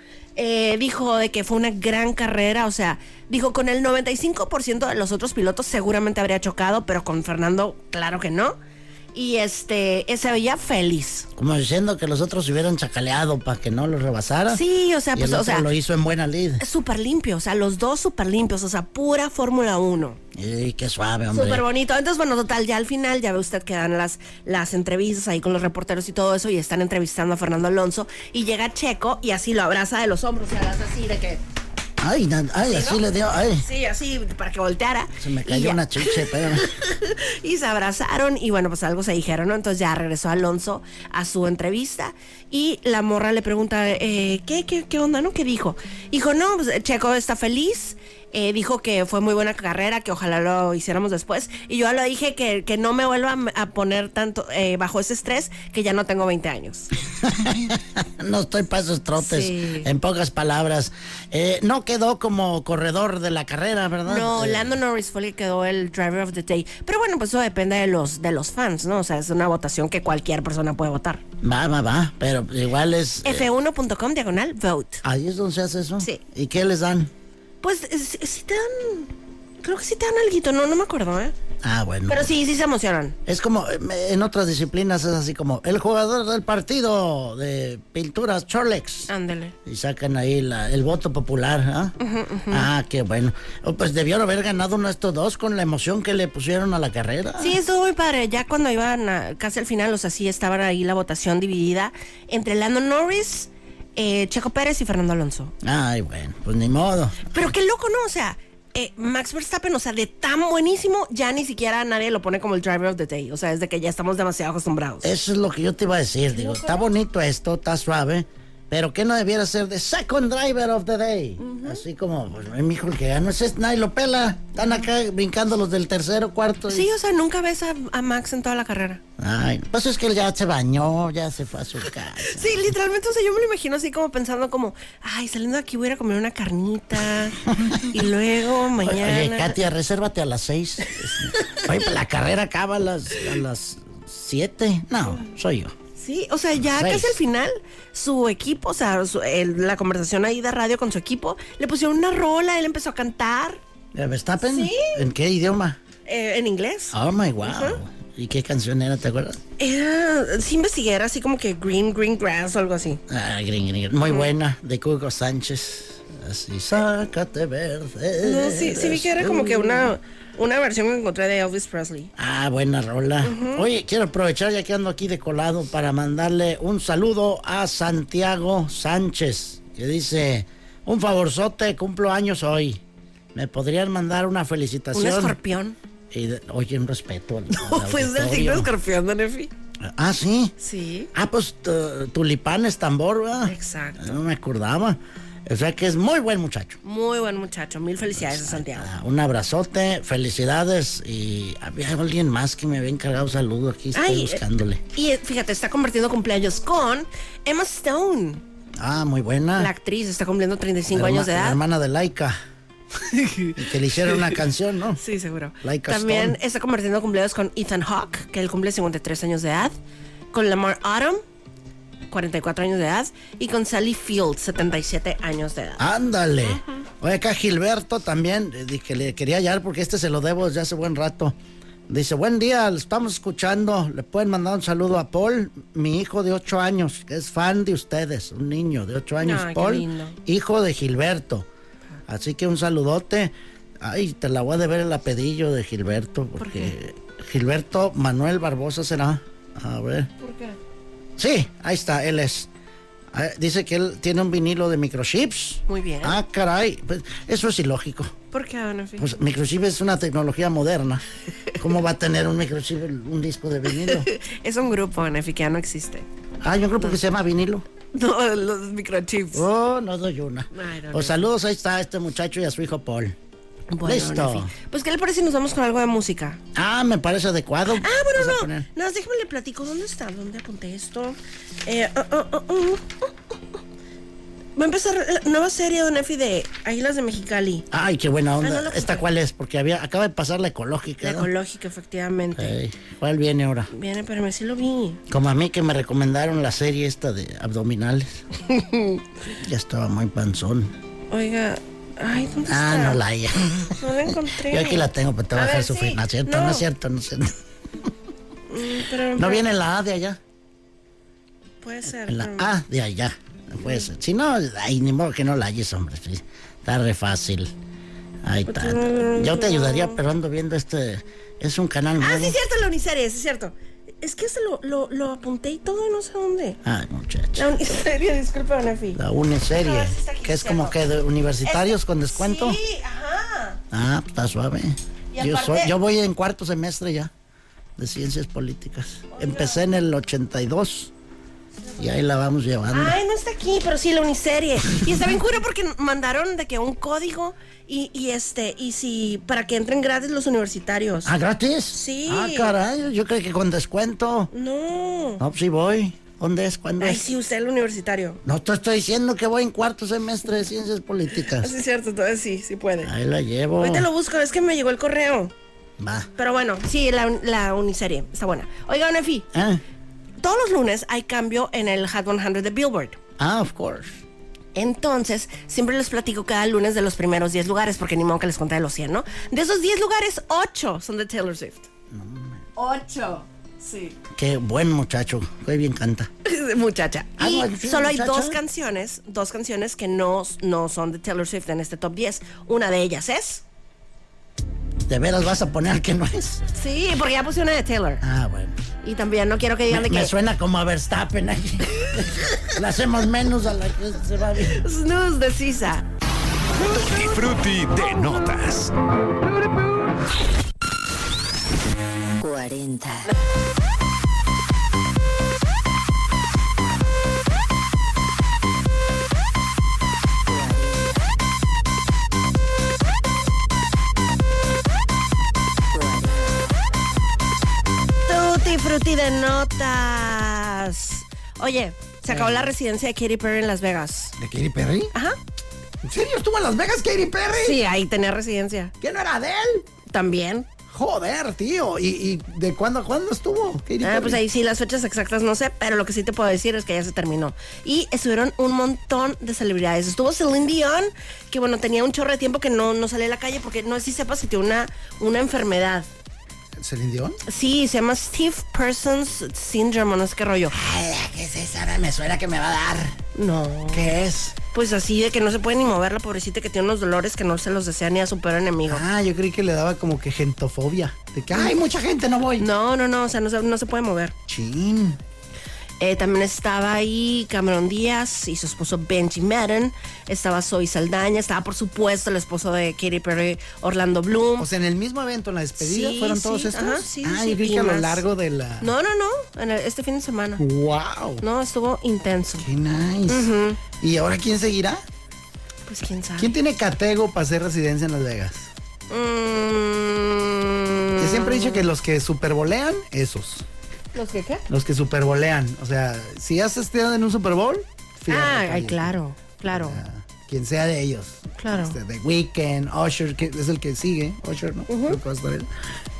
A: dijo de que fue una gran carrera, o sea, dijo con el 95% de los otros pilotos seguramente habría chocado, pero con Fernando, claro que no. Y este, eh, se veía feliz.
C: Como diciendo que los otros se hubieran chacaleado para que no los rebasara.
A: Sí, o sea,
C: Ah, Y
A: pues,
C: el
A: o
C: otro
A: sea,
C: lo hizo en buena lid.
A: súper limpio, o sea, los dos súper limpios, o sea, pura Fórmula 1.
C: Y qué suave, hombre.
A: Súper bonito. Entonces, bueno, total, ya al final, ya ve usted que dan las, las entrevistas ahí con los reporteros y todo eso, y están entrevistando a Fernando Alonso, y llega Checo y así lo abraza de los hombros, y abraza así de que,
C: Ay, na- ay, así le dio. Ay,
A: sí, así, para que volteara.
C: se me
A: Y
C: cayó
A: ya-
C: una chiche, pero.
A: y se abrazaron y bueno, pues algo se dijeron, ¿no? Entonces ya regresó Alonso a su entrevista y la morra le pregunta, eh, ¿qué, qué, ¿qué onda, no? ¿Qué dijo? Dijo, no, pues, Checo está feliz, eh, dijo que fue muy buena carrera, que ojalá lo hiciéramos después y yo ya lo dije que, que no me vuelva a- a poner tanto eh, bajo ese estrés que ya no tengo 20 años.
C: No estoy para esos trotes,
A: Sí.
C: en pocas palabras. Eh, no quedó como corredor de la carrera,
B: Ah,
C: ¿verdad?
A: No,
C: Eh,
A: Lando Norris fue el que quedó el driver of the day, pero bueno, pues eso depende de los, de los fans, ¿no? O sea, es una votación que cualquier persona puede votar.
C: Va, va, va, pero igual es... eh,
A: F1.com diagonal vote.
C: ahí es donde se hace eso.
A: Sí.
C: ¿Y qué les dan?
A: Pues sí, sí te dan. Creo que sí te dan alguito, no, no me acuerdo, ¿eh?
C: Ah, bueno.
A: Pero sí, sí se emocionan.
C: Es como, eh, en otras disciplinas es así como, el jugador del partido de pinturas Chorlex.
A: Ándale.
C: Y sacan ahí la- el voto popular, ¿ah? Ah, qué bueno. Oh, pues debieron haber ganado uno de estos dos con la emoción que le pusieron a la carrera.
A: Sí, estuvo muy padre. Ya cuando iban a- casi al final, o sea, sí estaban ahí la votación dividida entre Lando Norris, eh, Checo Pérez y Fernando Alonso.
C: Ay, bueno, pues ni modo.
A: Pero qué loco, ¿no? O sea, eh, Max Verstappen, o sea, de tan buenísimo, ya ni siquiera nadie lo pone como el driver of the day. O sea, es de que ya estamos demasiado acostumbrados.
C: Eso es lo que yo te iba a decir. Digo, está bonito esto, está suave, pero que no debiera ser de second driver of the day. Así como, pues, mi hijo el que ganó es este, nadie lo pela. Están acá brincando los del tercero, cuarto. y-
A: Sí, o sea, nunca ves a, a Max en toda la carrera.
C: Ay, pues es que él ya se bañó, ya se fue a su casa.
A: Sí, literalmente, o sea, yo me lo imagino así como pensando como, ay, saliendo de aquí voy a ir a comer una carnita y luego mañana...
C: Oye, Katia, resérvate a las seis. Oye, pues la carrera acaba a las, a las siete. No, soy yo.
A: Sí, o sea, ya
C: Seis.
A: casi al final, su equipo, o sea, su- el- la conversación ahí de radio con su equipo, le pusieron una rola, él empezó a cantar
C: ¿Eh, ¿Verstappen?
A: Sí.
C: ¿En qué idioma?
A: eh, en inglés.
C: Oh my wow. ¿Y qué canción era, te acuerdas?
A: Era, sí investigué, era así como que green, green grass o algo así.
C: Ah, gring, gring, gring. Muy buena, de Cuco Sánchez. Así, sácate verde.
A: No, sí, sí vi que era como que una,
C: uh.
A: una versión que encontré de Elvis Presley.
C: Ah, buena rola. Oye, quiero aprovechar ya que ando aquí de colado para mandarle un saludo a Santiago Sánchez, que dice, un favorzote, cumplo años hoy. ¿Me podrían mandar una
A: Un
C: felicitación?
A: escorpión.
C: Y de- oye, un respeto. al-
A: No,
C: al
A: pues del signo
C: auditorio.
A: escorpión, Don Efi.
C: Ah, sí.
A: Sí.
C: Ah, pues tu- tulipanes, tambor, ¿verdad?
A: Exacto.
C: No me acordaba. O sea que es muy buen muchacho.
A: Muy buen muchacho. Mil felicidades a Santiago.
C: Ah, Un abrazote, felicidades y había alguien más que me había encargado saludo aquí, estoy
A: Ay, eh,
C: buscándole.
A: Y eh, fíjate, está compartiendo cumpleaños con Emma Stone.
C: Ah, muy buena.
A: La actriz está cumpliendo 35
C: La
A: años
C: herma-
A: de
C: La
A: edad.
C: hermana de Laika. y que le hicieron una canción, ¿no?
A: Sí, seguro.
C: Laika
A: También
C: Stone.
A: está compartiendo cumpleaños con Ethan Hawke, que él cumple 53 años de edad. Con Lamar Autumn, 44 años de edad. Y con Sally Field, 77 años de edad.
C: Ándale. Oye, acá Gilberto también, eh, di- que le quería hallar porque este se lo debo desde hace buen rato. Dice, buen día, lo estamos escuchando. Le pueden mandar un saludo a Paul, mi hijo de 8 años, que es fan de ustedes, un niño de 8 años.
A: Ay, qué
C: Paul,
A: lindo.
C: hijo de Gilberto. Así que un saludote. Ay, te la voy a deber el apellido de Gilberto, porque Gilberto Manuel Barbosa será. A ver. Sí, ahí está, él es. Ah, Dice que él tiene un vinilo de microchips.
A: Muy bien.
C: Ah, caray. pues, eso es ilógico.
A: ¿Por qué, Don Efi?
C: Pues microchip es una tecnología moderna. ¿Cómo va a tener un microchip el- un disco de vinilo?
A: Es un grupo, Don Efi, que ya no existe.
C: Ah, yo creo que se llama vinilo.
A: No, los microchips.
C: Oh, no doy una.
A: Ay, no, no.
C: Pues saludos, ahí está a este muchacho y a su hijo Paul.
A: Bueno,
C: Listo.
A: Don Efi. Pues, ¿qué le parece si nos vamos con algo de música?
C: Ah, me parece adecuado.
A: Ah, bueno,
C: Vamos a
A: no.
C: poner-
A: Nada más déjame le platico. ¿Dónde está? ¿Dónde apunté esto? Eh, ah, ah, ah, ah. oh. Va a empezar la nueva serie Don Efi de Águilas de Mexicali.
C: Ay, qué buena
A: Ah, no
C: onda.
A: lo
C: ¿Esta
A: compré.
C: cuál es? Porque había, acaba de pasar la ecológica.
A: La
C: ¿no?
A: ecológica, efectivamente.
C: Ey, ¿Cuál viene ahora?
A: Viene, pero me sí lo vi.
C: Como a mí que me recomendaron la serie esta de abdominales. ya estaba muy panzón.
A: Oiga, ay, ¿dónde
C: Ah,
A: está?
C: no la haya.
A: No la encontré.
C: Yo aquí la tengo, pero te va a
A: A
C: dejar
A: ver,
C: sufrir.
A: sí,
C: No es cierto,
A: no.
C: no. es cierto, no es cierto.
A: Mm, Pero,
C: No
A: pero-
C: viene la A de allá,
A: Puede ser.
C: en la ah,
A: pero-
C: A de allá. No puede ser. Si no, ay, ni modo que no la halles, hombre. sí. Está re fácil. Ahí está.
A: Mm.
C: Yo te ayudaría, pero ando viendo este. Es un canal
A: Ah, sí,
C: nuevo.
A: es cierto, la uniserie, sí, es cierto. Es que se lo, lo, lo apunté y todo, no sé dónde.
C: Ay, muchacho.
A: La uniserie, disculpa, Don Efi.
C: La uniserie.
A: Ah, sí está aquí,
C: que es
A: sí,
C: como
A: no.
C: que de universitarios con descuento.
A: Sí, ajá.
C: Ah, está suave.
A: Y
C: Yo,
A: aparte-
C: soy- yo voy en cuarto semestre ya de ciencias políticas. Empecé en el 82 y ahí la vamos llevando.
A: Ay, no está aquí, pero sí la uniserie. Y está bien cura porque mandaron de que un código y, y este, y si, para que entren gratis los universitarios.
C: ¿Ah, gratis?
A: Sí.
C: Ah, caray, yo creo que con descuento.
A: No.
C: No, pues sí voy. ¿Dónde es? ¿Cuándo
A: Ay,
C: es?
A: sí, usted el universitario.
C: No te estoy diciendo que voy en cuarto semestre de ciencias políticas.
A: Ah, Sí, es cierto, entonces sí, sí puede.
B: Ah.
C: Ahí la llevo.
A: Ahorita lo busco, es que me llegó el correo.
C: Va.
A: Pero bueno, sí, la, un- la uniserie, está buena. Oiga, Nefi,
C: Ah,
A: todos los lunes hay cambio en el Hot 100 de Billboard.
C: ah, of course.
A: Entonces, siempre les platico cada lunes de los primeros 10 lugares, porque ni modo que les conté de los 100, ¿no? De esos 10 lugares, 8 son de Taylor Swift. 8. Sí.
C: Qué buen muchacho. Qué bien canta.
A: Muchacha.
C: Ah,
A: Y
C: no, sí,
A: solo hay
C: muchacha.
A: dos canciones, dos canciones que no, no son de Taylor Swift en este top 10. Una de ellas es.
C: ¿De veras vas a poner que no es?
A: Sí, porque ya puse una de Taylor.
C: Ah, bueno.
A: Y también no quiero que digan
C: Me,
A: de que.
C: me suena como a Verstappen aquí. La hacemos menos a la que se va bien.
A: Snooze de Sisa.
E: Tutti Frutti de notas.
F: 40.
A: Tutti frutti de notas. Oye, se acabó la residencia de Katy Perry en Las Vegas.
C: ¿De Katy Perry?
A: Ajá.
C: ¿En serio estuvo en Las Vegas Katy Perry?
A: Sí, ahí tenía residencia.
C: ¿Qué no era de él?
A: También.
C: Joder, tío. ¿Y, y de cuándo a cuándo estuvo Katy
A: Ah,
C: Perry?
A: pues ahí sí, las fechas exactas no sé, pero lo que sí te puedo decir es que ya se terminó. Y estuvieron un montón de celebridades. Estuvo Celine Dion, que bueno, tenía un chorro de tiempo que no, no salía a la calle porque no sé si sepas que tiene una, una enfermedad.
C: ¿Celine Dion?
A: Sí, se llama Steve Persons Syndrome, o no sé qué rollo.
C: ¿Qué es esa? Me suena que me va a dar.
A: No.
C: ¿Qué es?
A: Pues así de que no se puede ni mover la pobrecita que tiene unos dolores que no se los desea ni a su peor enemigo.
C: Ah, yo creí que le daba como que gentofobia. De que,
A: Mm.
C: ay, mucha gente, no voy.
A: No, no, no, o sea, no se, no se puede mover.
C: Chin.
A: Eh, también estaba ahí Cameron Díaz y su esposo Benji Madden. Estaba Zoe Saldaña. Estaba, por supuesto, el esposo de Katy Perry, Orlando Bloom.
C: O sea, en el mismo evento, en la despedida,
A: Sí,
C: fueron todos
A: sí,
C: estos.
A: ajá, sí,
C: ah,
A: sí,
C: yo creí
A: y
C: que a lo
A: más.
C: largo de la.
A: no, no, no. en el- este fin de semana.
C: ¡Wow!
A: No, estuvo intenso.
C: ¡Qué nice! ¿Y ahora quién seguirá?
A: Pues quién sabe.
C: ¿Quién tiene catego para hacer residencia en Las Vegas?
A: Mm,
C: Yo siempre he dicho que los que superbolean, esos.
A: ¿Los que qué?
C: Los que superbolean. O sea, si has estado en un Super Bowl,
A: Ah,
C: fíjate,
A: ay, claro, claro.
C: Ah, Quien sea de ellos.
A: Claro.
C: Este, The Weeknd, Usher, que es el que sigue. Usher, ¿no? Creo que va a estar él.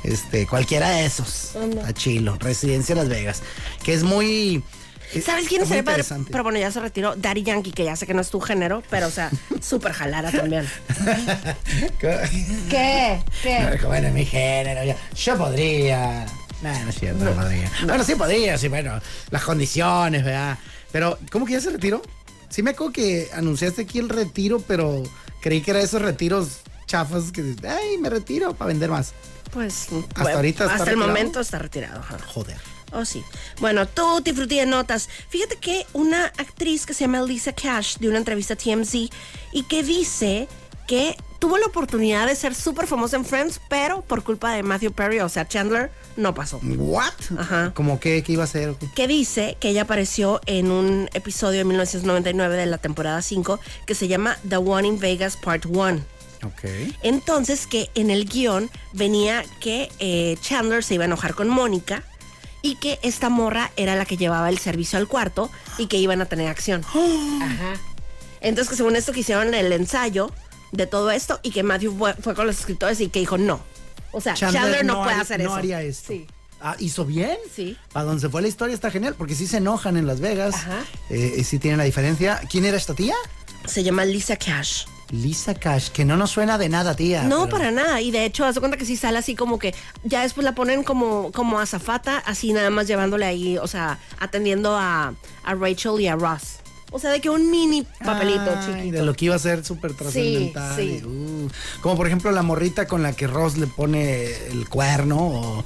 C: Este, cualquiera de esos. Está chilo. Residencia Las Vegas. Que es muy.
A: ¿Sabes quién
C: está muy
A: sería padre?
C: interesante.
A: Pero bueno, ya se retiró. Daddy Yankee, que ya sé que no es tu género, pero o sea, súper jalada también. ¿Qué? ¿Qué?
C: No, bueno, mi género, yo, yo podría. No, no es cierto, no podría. Bueno, sí podría, sí, bueno, las condiciones, ¿verdad? Pero, ¿cómo que ya se retiró? Sí me acuerdo que anunciaste aquí el retiro, pero creí que era esos retiros chafas que dices, ay, me retiro para vender más.
A: Pues hasta
C: ahorita está
A: hasta el
C: retirado.
A: momento está retirado. ajá.
C: Joder.
A: Oh, sí. Bueno, tutti frutti de notas. Fíjate que una actriz que se llama Lisa Cash dio una entrevista a TMZ y que dice que tuvo la oportunidad de ser súper famosa en Friends, pero por culpa de Matthew Perry, o sea, Chandler, no pasó.
C: ¿What?
A: Ajá.
C: ¿Cómo que, qué iba a hacer?
A: que dice que ella apareció en un episodio de 1999 de la temporada 5 que se llama The One in Vegas Part 1.
C: Ok.
A: Entonces que en el guión venía que eh, Chandler se iba a enojar con Mónica y que esta morra era la que llevaba el servicio al cuarto y que iban a tener acción. Ajá. Entonces que según esto que hicieron el ensayo de todo esto y que Matthew fue, fue con los escritores y que dijo no. O sea, Chandler, no, puede
C: haría-
A: hacer
C: no
A: eso.
C: haría esto.
A: Sí.
C: Ah, ¿Hizo bien?
A: Sí.
C: Para donde se fue la historia está genial, porque sí se enojan en Las Vegas.
A: Ajá.
C: Eh, y sí tienen la diferencia. ¿Quién era esta tía?
A: Se llama Lisa Cash.
C: Lisa Cash, que no nos suena de nada, tía.
A: No,
C: pero-
A: para nada. Y de hecho, haz de cuenta que sí sale así como que ya después la ponen como, como azafata, así nada más llevándole ahí, o sea, atendiendo a, a Rachel y a Ross. O sea, de que un mini papelito
C: Ay,
A: chiquito.
C: De lo que iba a ser súper trascendental.
A: sí.
C: y, uh, como por ejemplo la morrita con la que Ross le pone el cuerno o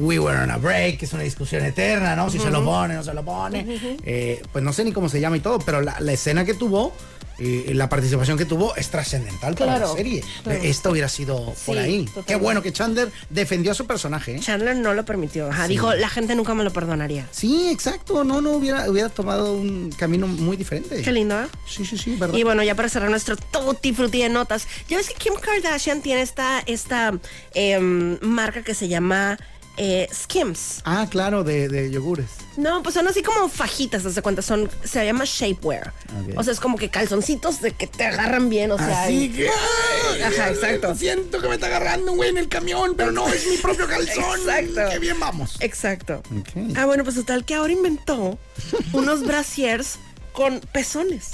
C: We Were on a Break, que es una discusión eterna, ¿no? Si se lo pone, no se lo pone. Eh, pues no sé ni cómo se llama y todo, pero la, la escena que tuvo. eh, la participación que tuvo es trascendental para la
A: Claro,
C: serie.
A: claro.
C: Eh, Esto hubiera sido por
A: Sí,
C: ahí. Qué
A: totalmente.
C: bueno que Chandler defendió a su personaje. ¿eh?
A: Chandler no lo permitió. Ajá, Dijo, la gente nunca me lo perdonaría.
C: Sí, exacto. No, no hubiera, hubiera tomado un camino muy diferente.
A: Qué lindo, ¿eh?
C: Sí, sí, sí, verdad.
A: Y bueno, ya para cerrar nuestro tutti frutti de notas, ya ves que Kim Kardashian tiene esta, esta em, marca que se llama eh, Skims.
C: Ah, claro, de, de yogures.
A: No, pues son así como fajitas, ¿te cuenta? Son, se llama shapewear.
C: Ok.
A: O sea, es como que calzoncitos de que te agarran bien, o sea.
C: Así
A: y-
C: que. ay,
A: Ajá, exacto.
C: Siento que me está agarrando un güey en el camión, pero no, es mi propio calzón.
A: Exacto.
C: Qué bien vamos.
A: Exacto.
C: Ok.
A: Ah, bueno, pues total que ahora inventó unos brasiers con pezones.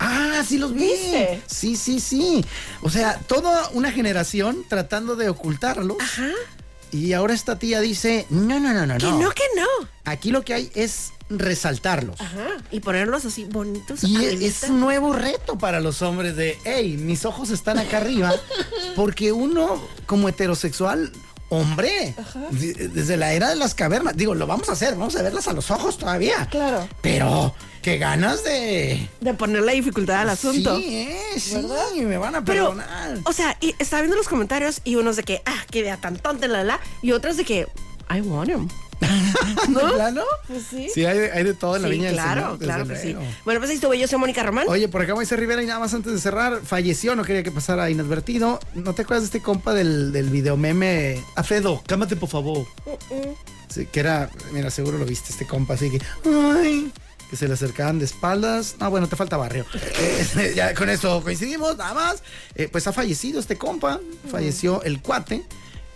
C: Ah, sí los vi.
A: ¿Viste?
C: Sí, sí, sí. O sea, toda una generación tratando de ocultarlos.
A: Ajá.
C: Y ahora esta tía dice: No, no, no, no,
A: Ah. Que
C: no.
A: no, que Ah. no.
C: Aquí lo que hay es resaltarlos.
A: Ajá. Y ponerlos así bonitos.
C: Y
A: a la
C: es- es
A: vista.
C: un nuevo reto para los hombres de, hey, mis ojos están acá arriba, porque uno como heterosexual, hombre, de- desde la era de las cavernas, digo, lo vamos a hacer, vamos a verlas a los ojos todavía.
A: Claro.
C: Pero, qué ganas de...
A: De ponerle dificultad al asunto.
C: Sí, eh, sí, me van a
A: Pero,
C: perdonar.
A: o sea, y estaba viendo los comentarios y unos de que, ah, que vea tan tonta, la, la, la, y otros de que, I want 'em". him.
C: ¿No? ¿Plano?
A: Pues sí.
C: hay, de- hay de todo en la
A: Sí,
C: viña del
A: claro,
C: Señor, desde
A: claro que sí.
C: luego.
A: Bueno, pues ahí estuve yo, soy Mónica Román.
C: Oye, por acá Moisés Rivera y nada más antes de cerrar, falleció, no quería que pasara inadvertido. ¿No te acuerdas de este compa del, del videomeme? Afedo, cámate por favor.
A: Mm.
C: Sí, que era, mira, seguro lo viste este compa, así que, ay, que se le acercaban de espaldas. Ah, bueno, te falta barrio. Eh, ya con eso coincidimos, nada más. Eh, pues ha fallecido este compa, falleció el cuate.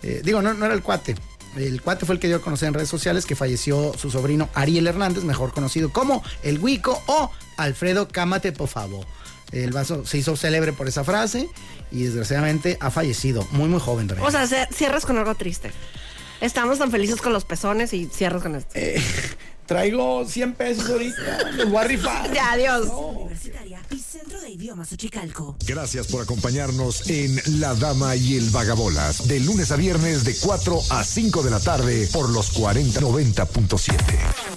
C: Eh, digo, no, no era el cuate. El cuate fue el que dio a conocer en redes sociales que falleció su sobrino Ariel Hernández, mejor conocido como el Wico o Alfredo Cámate por favor. El vaso se hizo célebre por esa frase y desgraciadamente ha fallecido muy muy joven. también.
A: O sea, ce- cierras con algo triste. Estamos tan felices con los pezones y cierras con esto.
C: Eh, Traigo 100 pesos ahorita. Los voy a rifar.
A: Ya, adiós.
F: Universitaria y Centro de Idiomas Xochicalco.
E: Gracias por acompañarnos en La Dama y el Vagabolas, de lunes a viernes de 4 a 5 de la tarde por los 4090.7.